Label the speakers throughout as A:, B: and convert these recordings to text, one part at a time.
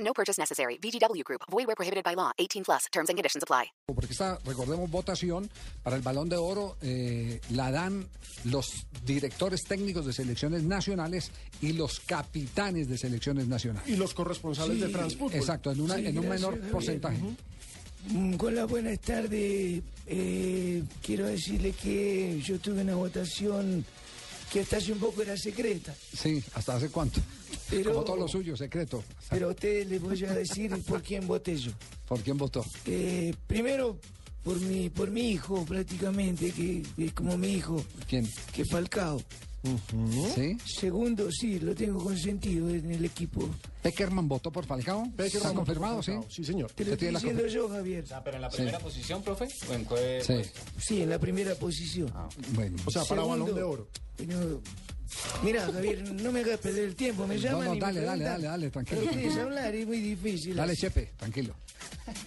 A: No purchase necessary. VGW Group. Void where prohibited by law. 18 plus. Terms and conditions apply.
B: Porque esta, recordemos, votación para el Balón de Oro eh, la dan los directores técnicos de selecciones nacionales y los capitanes de selecciones nacionales.
C: Y los corresponsales de Transfútbol.
B: Exacto, en, una,
D: Sí,
B: en un
D: gracias,
B: menor
D: Javier.
B: porcentaje.
D: Mm, Con la buenas tardes. Eh, quiero decirle que yo tuve una votación que hasta hace un poco era secreta.
B: Sí, ¿hasta hace cuánto?
D: Pero-
B: Como todo lo suyo, secreto.
D: Pero a ustedes les voy a decir por quién voté yo.
B: ¿Por quién votó?
D: Eh, primero, por mi, por mi hijo, prácticamente, que es como mi hijo,
B: ¿Quién?
D: que es Falcao.
B: ¿Sí?
D: Segundo, sí, lo tengo consentido en el equipo.
B: ¿Peckerman votó por Falcao? ¿Está confirmado? Sí.
C: Sí, señor.
D: Te lo
B: Usted
D: estoy
B: tiene la
D: diciendo yo, Javier.
E: Pero en la primera posición, profe, o en qué
B: Sí.
D: Sí, en la primera posición.
B: Ah. Bueno.
C: O sea, para
D: Segundo,
C: balón de oro.
D: pero- Mira, Javier, no me hagas perder el tiempo. Me llaman
B: no,
D: y me
B: dale, dale,
D: preguntan,
B: dale, dale, tranquilo,
D: "¿Pero
B: tranquilo".
D: quieres hablar? Es muy difícil.
B: Dale, Chepe, tranquilo.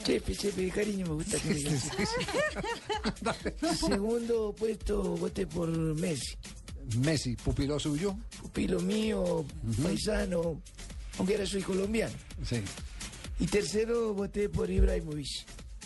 D: Chepe, chepe, cariño, me gusta que me digas. Segundo puesto, voté por Messi.
B: Messi, pupilo suyo.
D: Pupilo mío, paisano, aunque ahora soy colombiano.
B: Sí.
D: Y tercero, voté por Ibrahimovic.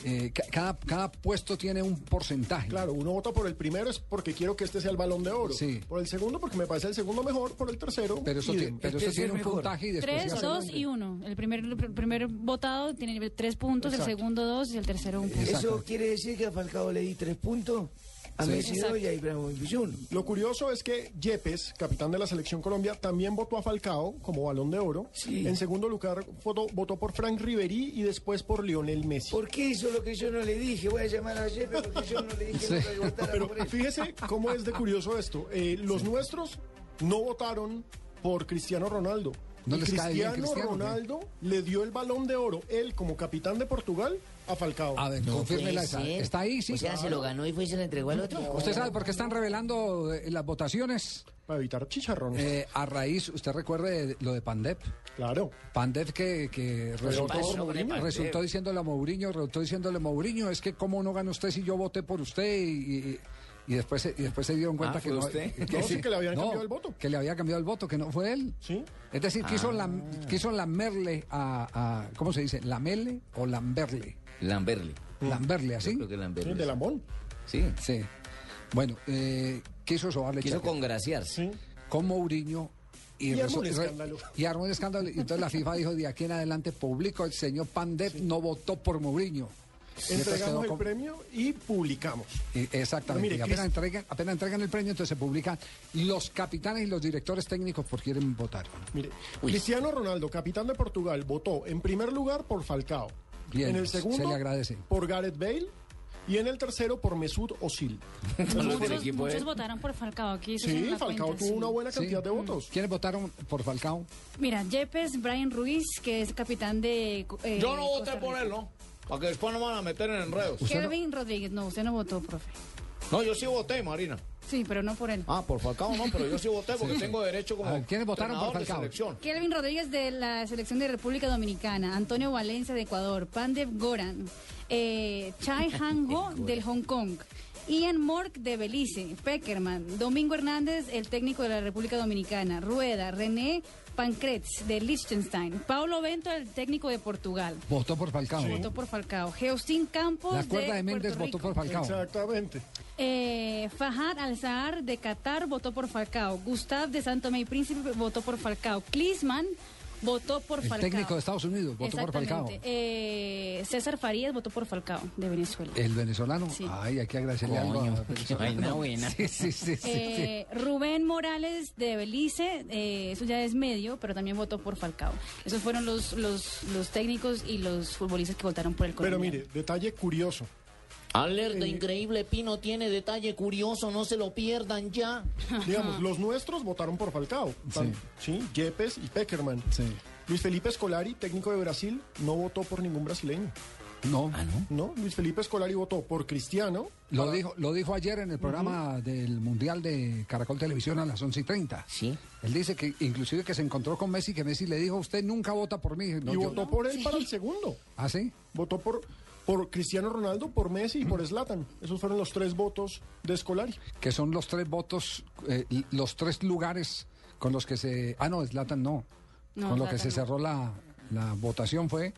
B: Eh, ca- cada, cada puesto tiene un porcentaje.
C: Claro, uno vota por el primero es porque quiero que este sea el balón de oro.
B: Sí.
C: Por el segundo porque me parece el segundo mejor, por el tercero.
B: Pero eso,
C: y eh,
B: tiene, pero
D: es
B: eso
D: que es
B: tiene
D: el
B: un
D: mejor.
B: puntaje y después...
F: Tres,
B: se hace
F: dos
B: el
F: y uno. El primer, el primer votado tiene tres puntos, el segundo dos y el tercero un punto.
D: Eso quiere decir que a Falcao le di tres puntos, a
B: Sí.
D: Messi
F: Exacto.
D: dos y a Ibrahimovic uno.
C: Lo curioso es que Yepes, capitán de la selección Colombia, también votó a Falcao como balón de oro.
D: Sí.
C: En segundo lugar votó, votó por Frank Ribery y después por Lionel Messi.
D: ¿Por qué hizo lo que yo no le dije? Voy a llamar a Chepe porque yo no le dije
B: Sí.
D: nunca que votara
C: Pero
D: por él.
C: fíjese cómo es de curioso esto. Eh, los nuestros no votaron por Cristiano Ronaldo.
B: ¿No
C: Y
B: les cae
C: Cristiano,
B: bien Cristiano, ¿no?
C: Ronaldo le dio el balón de oro, él como capitán de Portugal, a Falcao.
B: A ver, confírmela
G: Puede
B: esa.
G: ser.
B: Está ahí, sí.
G: O sea, se lo ganó y fue y se lo entregó al otro.
B: Usted sabe por qué están revelando eh, las votaciones
C: Para evitar chicharrones.
B: Eh, a raíz, usted recuerde de- lo de Pandep.
C: Claro.
B: Pandep que, que
G: pasó
B: resultó,
G: con el Pandep?
B: resultó diciéndole a Mourinho, resultó diciéndole Mourinho, es que cómo no gana usted si yo voté por usted y, y- y después se, y después se dieron cuenta
G: Ah,
B: que
G: ¿fue
B: no,
G: usted?
C: No, sí, que le habían
B: no,
C: cambiado el voto.
B: Que le había cambiado el voto, que no fue él.
C: Sí.
B: Es decir, quiso, lam- quiso lamerle a, a- ¿cómo se dice? ¿Lamerle o lamberle?
G: Lamberle.
B: Lamberle,
G: Mm. Yo
B: así.
G: creo que Lamberle.
C: Sí, de Lambón.
G: Sí.
B: Sí. Bueno, eh, quiso sobarle
G: Quiso
B: chaca
G: congraciarse.
C: Sí.
B: con Mourinho.
C: Y
B: resu-
C: armó un
B: re-
C: escándalo.
B: y armó un escándalo. Y entonces la FIFA dijo, de aquí en adelante publico, el señor Pandep no votó por Mourinho. Y entonces quedó
C: Entregamos el
B: con-
C: premio y publicamos.
B: y- Exactamente.
C: Mire,
B: y apenas,
C: Cris-
B: entregan, apenas entregan el premio, entonces se publican los capitanes y los directores técnicos por quieren votar.
C: Mire, Cristiano Ronaldo, capitán de Portugal, votó en primer lugar por Falcao.
B: Bien,
C: en el segundo
B: se le agradece.
C: por Gareth Bale y en el tercero por Mesut Özil.
F: Muchos, muchos votaron por Falcao aquí. eso se
C: Sí,
F: da
C: Falcao
F: cuenta,
C: tuvo
F: sí.
C: una Ah, buena cantidad
B: Sí. Mm.
C: de votos.
B: ¿Quiénes votaron por Falcao?
F: Mira, Yepes, Brian Ruiz, que es capitán de. eh,
E: Yo no voté
F: Costa
E: por
F: Rica.
E: él, ¿no? Para que después no van a meter en enredos.
F: Kelvin Rodríguez, no, usted no votó, profe.
E: No, yo sí voté, Marina.
F: Sí, pero no por él.
E: Ah, por Falcao no, pero yo sí voté porque tengo derecho como
B: A ver, ¿quiénes votaron por
E: entrenador de
B: Falcao?
E: selección.
F: Kelvin Rodríguez de la selección de República Dominicana, Antonio Valencia de Ecuador, Pandev Goran, eh, Chai Han Ho del Hong Kong, Ian Mork de Belice, Peckerman, Domingo Hernández, el técnico de la República Dominicana, Rueda, René Pancretz de Liechtenstein, Paulo Bento, el técnico de Portugal.
B: Votó por Falcao.
F: Votó por Falcao. Geustin Campos.
B: La cuerda de Méndez votó
F: Puerto Rico.
B: por Falcao.
C: Exactamente.
F: Eh, Fahad Al-Zahar de Qatar votó por Falcao. Gustav de Santo Tomé y Príncipe votó por Falcao. Klisman votó por
B: El
F: Falcao.
B: técnico de Estados Unidos votó por Falcao.
F: Exactamente. Eh, César Farías votó por Falcao de Venezuela.
B: El venezolano.
F: Sí.
B: Ay, hay que agradecerle algo.
G: Coño,
B: a-
G: qué vaina buena.
B: Sí, sí, sí, sí, sí.
F: Eh, Rubén Morales de Belice, eh, eso ya es medio, pero también votó por Falcao. Esos fueron los, los, los técnicos y los futbolistas que votaron por el
C: Pero
F: colombiano.
C: mire, detalle curioso.
G: Alerta increíble, Pino tiene detalle curioso, no se lo pierdan ya.
C: Digamos, los nuestros votaron por Falcao. Tan- sí. Yepes y Peckerman.
B: Sí.
C: Luis Felipe Scolari, técnico de Brasil, no votó por ningún brasileño.
B: No.
G: Ah,
C: No, Luis Felipe Scolari votó por Cristiano.
B: Lo dijo, lo dijo ayer en el programa del Mundial de Caracol Televisión a las 11 y 30.
G: Sí.
B: Él dice que inclusive que se encontró con Messi, que Messi le dijo, usted nunca vota por mí. No,
C: y
B: yo-
C: votó por él para el segundo.
B: ¿Ah, sí?
C: Votó por, por Cristiano Ronaldo, por Messi y por Zlatan. Esos fueron los tres votos de Scolari.
B: Que son los tres votos, eh, l- los tres lugares con los que se... Ah, no, Zlatan no.
F: No,
B: con lo que
F: Zlatan
B: se
F: no.
B: cerró la, la votación fue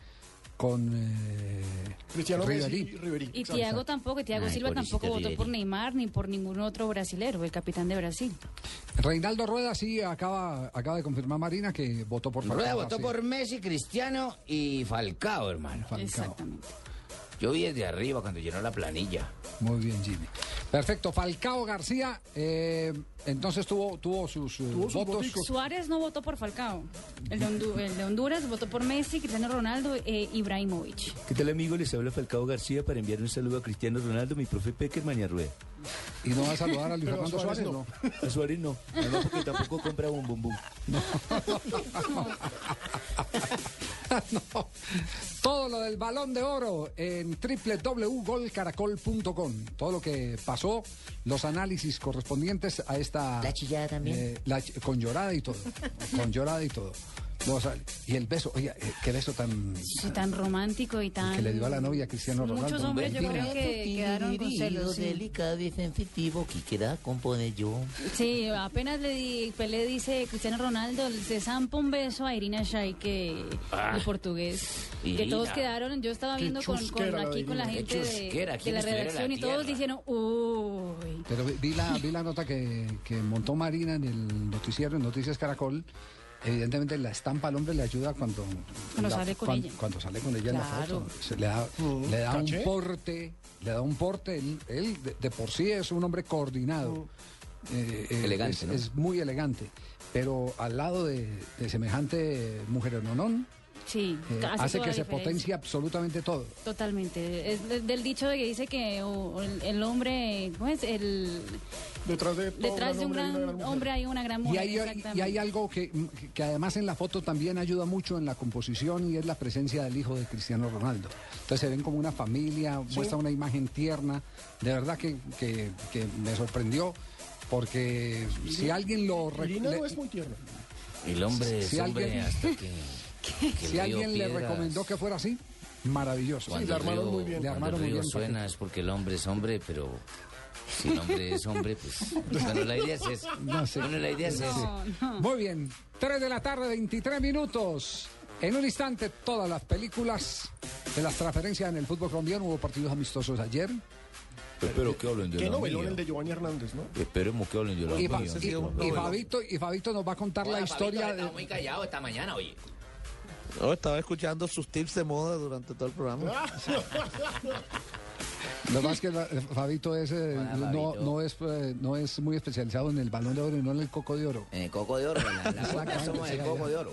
B: con... eh,
C: Cristiano
B: Ribery.
C: Messi y Ribery.
F: Y
C: Exacto.
F: Thiago tampoco, y Thiago
G: Ay,
F: Silva
G: pobrecito
F: tampoco votó
G: Riveri.
F: por Neymar ni por ningún otro brasilero, el capitán de Brasil.
B: Reinaldo Rueda sí acaba, acaba de confirmar Marina que votó por Falcao.
H: Rueda votó
B: sí.
H: por Messi, Cristiano y Falcao, hermano.
B: Falcao.
F: Exactamente.
H: Yo vi desde arriba cuando llenó la planilla.
B: Muy bien, Jimmy. Perfecto, Falcao García, eh, entonces tuvo, tuvo sus, eh,
C: Tuvo sus
B: votos.
C: voticos.
F: Suárez no votó por Falcao. El de, Hondu- el de Honduras votó por Messi, Cristiano Ronaldo e Ibrahimovic.
I: ¿Qué tal amigo? Les habla Falcao García para enviar un saludo a Cristiano Ronaldo, mi profe Peckerman y a Rueda.
B: Y no va a saludar a Luis
C: Pero
B: Fernando
C: Suárez
B: Suárez,
C: no.
B: no.
I: A Suárez no, además porque tampoco compra un bombón.
B: No. Todo lo del balón de oro en www.golcaracol.com. Todo lo que pasó, los análisis correspondientes a esta.
G: La chillada también.
B: eh, la ch- con llorada y todo. con llorada y todo. Los a- y el beso, oye, eh, qué beso tan.
F: Sí, tan romántico y tan...
B: que le dio a la novia Cristiano
F: Muchos
B: Ronaldo,
F: hombres yo
B: Valentina.
F: creo que quedaron con celos. sí.
G: delicado y sensitivo que queda compone yo.
F: Sí, apenas le di, Pelé dice Cristiano Ronaldo, se zampa un beso a Irina Shayk, que
H: Ah,
F: el portugués, que
H: Irina.
F: todos quedaron, yo estaba
C: Qué
F: viendo con, con-
C: chusquera la
F: aquí con la
C: Irina.
F: gente
H: Qué
F: de,
H: chusquera,
F: de
H: ¿quién
F: la
H: estuviera en la
F: redacción y todos
H: tierra?
F: dijeron, uy,
B: Pero vi- vi la, vi la nota que, que montó Marina en el noticiero, en Noticias Caracol. Evidentemente la estampa al hombre le ayuda cuando,
F: Cuando
B: la-
F: sale con
B: cuan-
F: ella.
B: cuando sale con ella en la
G: Claro.
B: foto. Se le da,
C: Mm,
B: le da un
C: caché.
B: porte, le da un porte. Él, él de, de por sí es un hombre
F: Oh.
B: coordinado. Eh, eh,
H: Elegante,
B: es,
H: ¿no?
B: es muy elegante. Pero al lado de, de semejante mujer ononón,
F: sí,
B: eh,
F: hace,
B: hace
F: toda
B: que
F: la
B: se
F: diferencia.
B: potencie absolutamente todo.
F: Totalmente, es de- del dicho de que dice que o- o el, el hombre, ¿cómo es? El,
C: Detrás de, todo
F: detrás de un
C: hombre hay una mujer.
F: gran hombre hay una gran
B: Y
F: mujer.
B: hay, y
F: exactamente.
B: hay algo que, que además en la foto también ayuda mucho en la composición y es la presencia del hijo de Cristiano Ronaldo. Entonces se ven como una familia, muestra una imagen tierna. De verdad que, que- que me sorprendió porque si alguien lo... re-
C: Irina
B: le-
C: no es muy tierna.
H: El hombre es
B: Si
H: hombre
B: alguien-
H: hasta que... que el
B: si
H: río
B: alguien le
H: Piedras-
B: recomendó que fuera así, maravilloso.
H: Cuando
C: la armaron
H: el río-
C: muy bien.
B: Le
H: cuando
B: armaron
H: el
B: muy
H: río
B: bien,
H: suena es porque el hombre es hombre, pero si el hombre es hombre, pues... Bueno, la idea es esa.
B: No sé.
H: Bueno, la idea es esa.
F: No,
C: Ah.
F: no.
B: Muy bien, 3 de la tarde, 23 minutos. En un instante, todas las películas de las transferencias en el fútbol colombiano. Hubo partidos amistosos ayer.
I: Espero que hablen de
C: Qué
I: la
C: novelón
I: mía.
C: el de Giovanni Hernández, ¿no?
I: Esperemos que hablen de la
B: Y, Fa-
I: mía.
B: y- y Fabito, y Fabito nos va a contar la
H: Hola,
B: historia
H: Fabito,
B: de-
H: Estaba muy callado esta mañana, oye.
I: estaba escuchando sus tips de moda durante todo el programa.
B: Lo que pasa es que la- eh, Fabito es, eh,
H: Hola,
B: no,
H: Fabito.
B: no es, eh, no es muy especializado en el balón de oro y no en el coco de oro.
H: En el coco de oro, en la, la
B: Exactamente,
H: somos
B: sí,
H: el coco
B: allá.
H: de oro.